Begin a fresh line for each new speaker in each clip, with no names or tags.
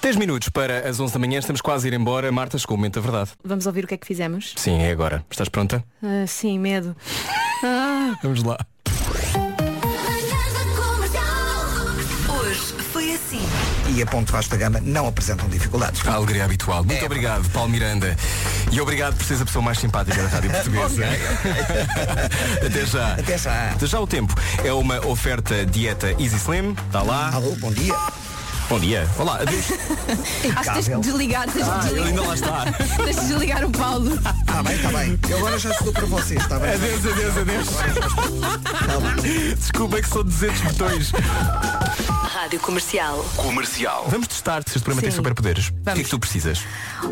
3 minutos para as 11 da manhã, estamos quase a ir embora. Marta, chegou o momento da verdade.
Vamos ouvir o que é que fizemos?
Sim, é agora. Estás pronta?
Ah, sim, medo. Ah,
Vamos lá.
Hoje foi assim.
e a Ponte Vasta Gama não apresentam dificuldades.
A alegria habitual.
É.
Muito obrigado, Paulo Miranda. E obrigado por seres a pessoa mais simpática da Rádio Portuguesa. Até já.
Até já.
Até já o tempo. É uma oferta dieta Easy Slim. Está lá.
Alô, bom dia.
Bom dia. Olá. Adeus.
acho que tens de desligar, tens de
Ele ainda
desligar,
lá está.
tens de desligar o Paulo.
Está Tá bem, está bem. Eu agora já estou para vocês, está bem?
Adeus, adeus, adeus. Desculpa é que são 200 botões.
Rádio Comercial.
Comercial.
Vamos testar se este programa tem
Sim.
superpoderes. O que é
Vamos.
que tu precisas?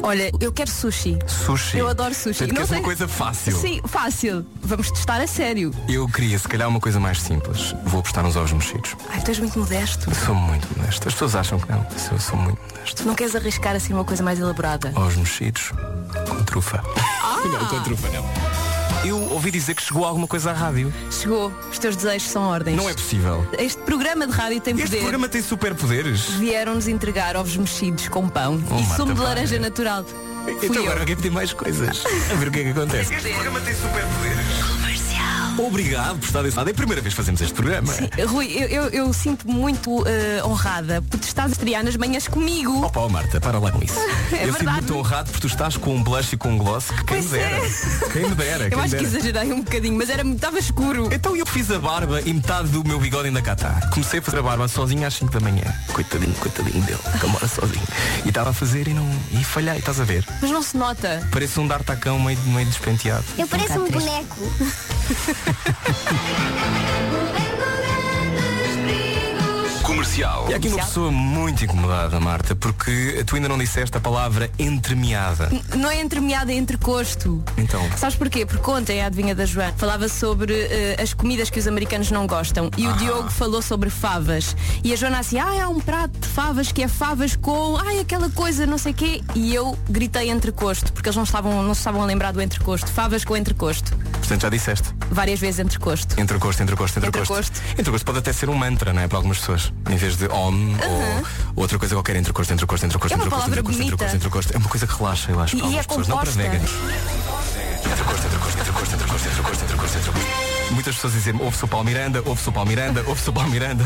Olha, eu quero sushi.
Sushi.
Eu adoro sushi.
Portanto,
Não
queres
sei-
uma coisa fácil.
Sim, fácil. Vamos testar a sério.
Eu queria, se calhar, uma coisa mais simples. Vou apostar nos ovos mexidos.
Ai, tu és muito modesto.
Eu sou muito modesto. As pessoas acham que não. mas Eu sou muito modesto.
Tu não queres arriscar assim uma coisa mais elaborada?
Ovos mexidos com trufa.
Ah!
Não, com trufa não. Eu ouvi dizer que chegou alguma coisa à rádio.
Chegou, os teus desejos são ordens.
Não é possível.
Este programa de rádio tem
Este
poder.
programa tem superpoderes.
Vieram-nos entregar ovos mexidos com pão
Oh,
e
Marta,
sumo de
pá.
laranja natural. Fui
então
eu.
agora alguém pedir mais coisas. A ver o que é que acontece. Este programa tem superpoderes. Obrigado por estar desse lado. É a primeira vez que fazemos este programa.
Eh, Rui, eu, eu, eu sinto-me muito eh, honrada por te estás a estrear nas manhãs comigo.
Opa, ó Marta, para lá com isso.
É
Eu sinto
verdade.
muito honrado por tu estás com um blush e com um gloss que quem me
Pois é.
dera. Quem me dera, quem
eu
me
acho que é-
dera.
exagerei um bocadinho, mas era estava escuro.
Então eu fiz a barba e metade do meu bigode ainda cá está. Comecei a fazer a barba sozinho às 5 da manhã. Coitadinho, coitadinho dele, que mora sozinho. E estava a fazer e não. E falhei, estás a ver?
Mas não se nota.
Parece um d'artacão meio, meio despenteado.
Eu pareço um boneco.
Comercial.
E há aqui uma pessoa muito incomodada, Marta, porque tu ainda não disseste a palavra entremeada.
N- Não é entremeada, é entrecosto.
Então.
Sabes porquê? Porque ontem a adivinha da Joana falava sobre eh, as comidas que os americanos não gostam e o Diogo falou sobre favas. E a Joana assim, ah, há um prato de favas que é favas com, ai, aquela coisa, não sei quê. E eu gritei entrecosto, porque eles não estavam, não se estavam a lembrar do entrecosto. Favas com entrecosto.
Portanto, já disseste.
Várias vezes entrecosto.
Entrecosto, entrecosto, entrecosto.
Entrecosto.
Entrecosto pode até ser um mantra, não é? Para algumas pessoas. Em vez de om ou outra coisa qualquer. Entrecosto, entrecosto, entrecosto,
É uma
entrecosto,
palavra
entrecosto,
bonita.
entrecosto, entrecosto. É uma coisa que relaxa, eu acho,
E-
para
e
algumas pessoas.
é
Não para
composta.
veganos. Entrecosto, entrecosto, entrecosto, entrecosto, entrecosto, entrecosto, entrecosto. Muitas pessoas dizem, ouve-se o Paulo Miranda, ouve-se o Paulo Miranda, ouve-se o Paulo Miranda.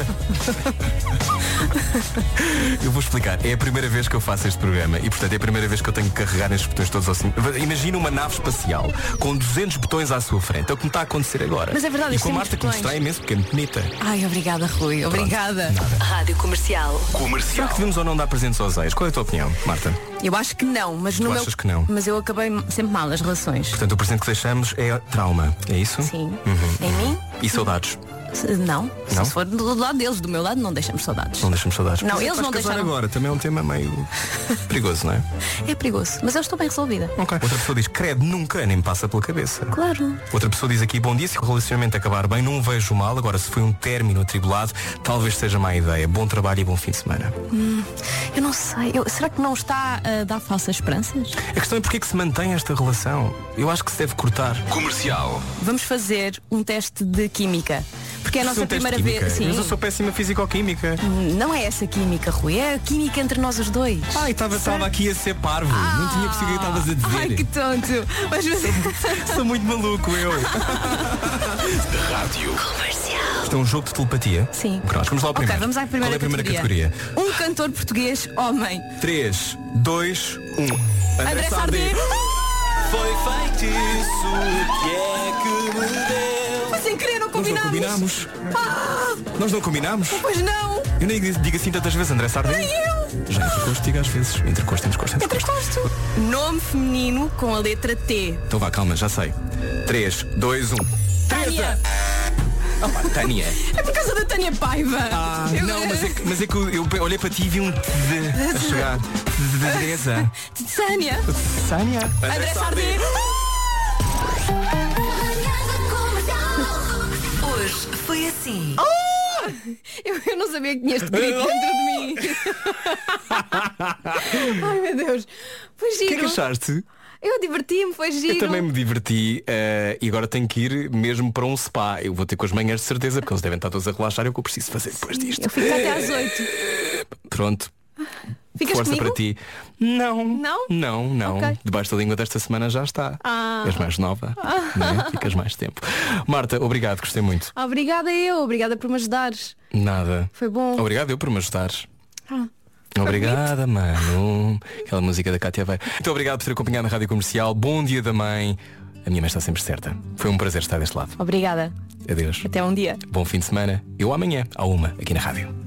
Eu vou explicar. É a primeira vez que eu faço este programa e, portanto, é a primeira vez que eu tenho que carregar nestes botões todos assim. Imagina uma nave espacial com 200 botões à sua frente. É o que me está a acontecer agora.
Mas é verdade,
E
isto
com a
tem
Marta que me
muitos
distrai imenso porque é muito bonita.
Ai, obrigada, Rui. Obrigada.
Rádio Comercial.
Será que
Comercial.
devemos ou não dar presentes aos ex? Qual é a tua opinião, Marta?
Eu acho que não, mas no meu.
achas que não?
Mas eu acabei sempre mal as relações.
Portanto, o presente que deixamos é trauma, é isso?
Sim. Em mim?
E saudades.
se- Não.
Não?
Só se for do do lado deles, do meu lado, não deixamos saudades.
Não deixamos saudades.
Não,
Por exemplo,
eles
vais
não
casar
deixaram.
agora. Também é um tema meio perigoso, não é?
É perigoso. Mas eu estou bem resolvida.
Outra pessoa diz, credo, nunca, nem me passa pela cabeça.
Claro.
Outra pessoa diz aqui, bom dia, se o relacionamento acabar bem, não vejo mal. Agora, se foi um término atribulado, talvez seja má ideia. Bom trabalho e bom fim de semana.
Eu não sei. eu- será que não está a dar falsas esperanças?
A questão é porque é que se mantém esta relação? Eu acho que se deve cortar.
Comercial.
Vamos fazer um teste de química. Porque é a nossa
Isso é um teste
primeira
de
vez.
química. Mas eu sou péssima físico-química.
Não é essa química, Rui. É a química entre nós os dois.
Ai, estava estava aqui a ser parvo. Não tinha percebido o que estavas a
Ah! Ai, que
dizer.
tonto. Mas você.
Sou muito maluco, eu.
Rádio.
Isto é um jogo de telepatia?
Sim.
Pronto, vamos lá ao
Ok,
primeiro.
vamos à primeira,
Qual é a primeira categoria?
Um cantor português homem.
3, 2, 1.
André Ah, Sardinha.
Foi feitiço, o que é que me deu?
Sem querer, não
Nós não
combinámos.
combinámos.
Ah!
Nós não combinámos.
Pois não.
Eu nem digo digo assim tantas vezes, André Sardinha.
Nem eu.
Já entrecosto, digo às vezes. Entrecosto, entrecosto, entrecosto.
Entrecosto. Nome feminino com a letra T.
Então vá, calma, já sei. um. 3, 2, 1.
Tânia.
Opa, Tânia.
É por causa da Tânia Paiva.
Ah,
Eu-
não, mas é, que, mas é que eu eu olhei para ti e vi um de a chegar. De Teresa.
Tânia.
Sânia.
André Sardinha.
Hoje foi assim.
Oh!
Eu, eu não sabia que tinha este grito dentro de mim. Ai meu Deus. Foi
O que é que
giro.
achaste?
eu diverti-me, foi giro.
Eu também me diverti eh, e agora tenho que ir mesmo para um spa. Eu vou ter com as manhãs de certeza, porque eles devem estar todos a relaxar. É o que eu preciso fazer depois disto.
Eu fico até às oito.
Pronto.
Ah, Ficas
Força
comigo?
para ti. Não.
Não?
Não, não.
Ok.
Debaixo da língua desta semana já está.
Ah.
És mais nova. né? Ficas mais tempo. Marta, obrigado, gostei muito.
Ah, obrigada eu, obrigada por me ajudares.
Nada.
Foi bom.
Obrigado eu por me ajudares.
Ah.
Obrigada, mano. Aquela música da Cátia Veio. Muito obrigado por ter acompanhado a Rádio Comercial. Bom dia da mãe. A minha mãe está sempre certa. Foi um prazer estar deste lado.
Obrigada.
Adeus.
Até um dia.
Bom fim de semana. Eu amanhã, à uma, aqui na rádio.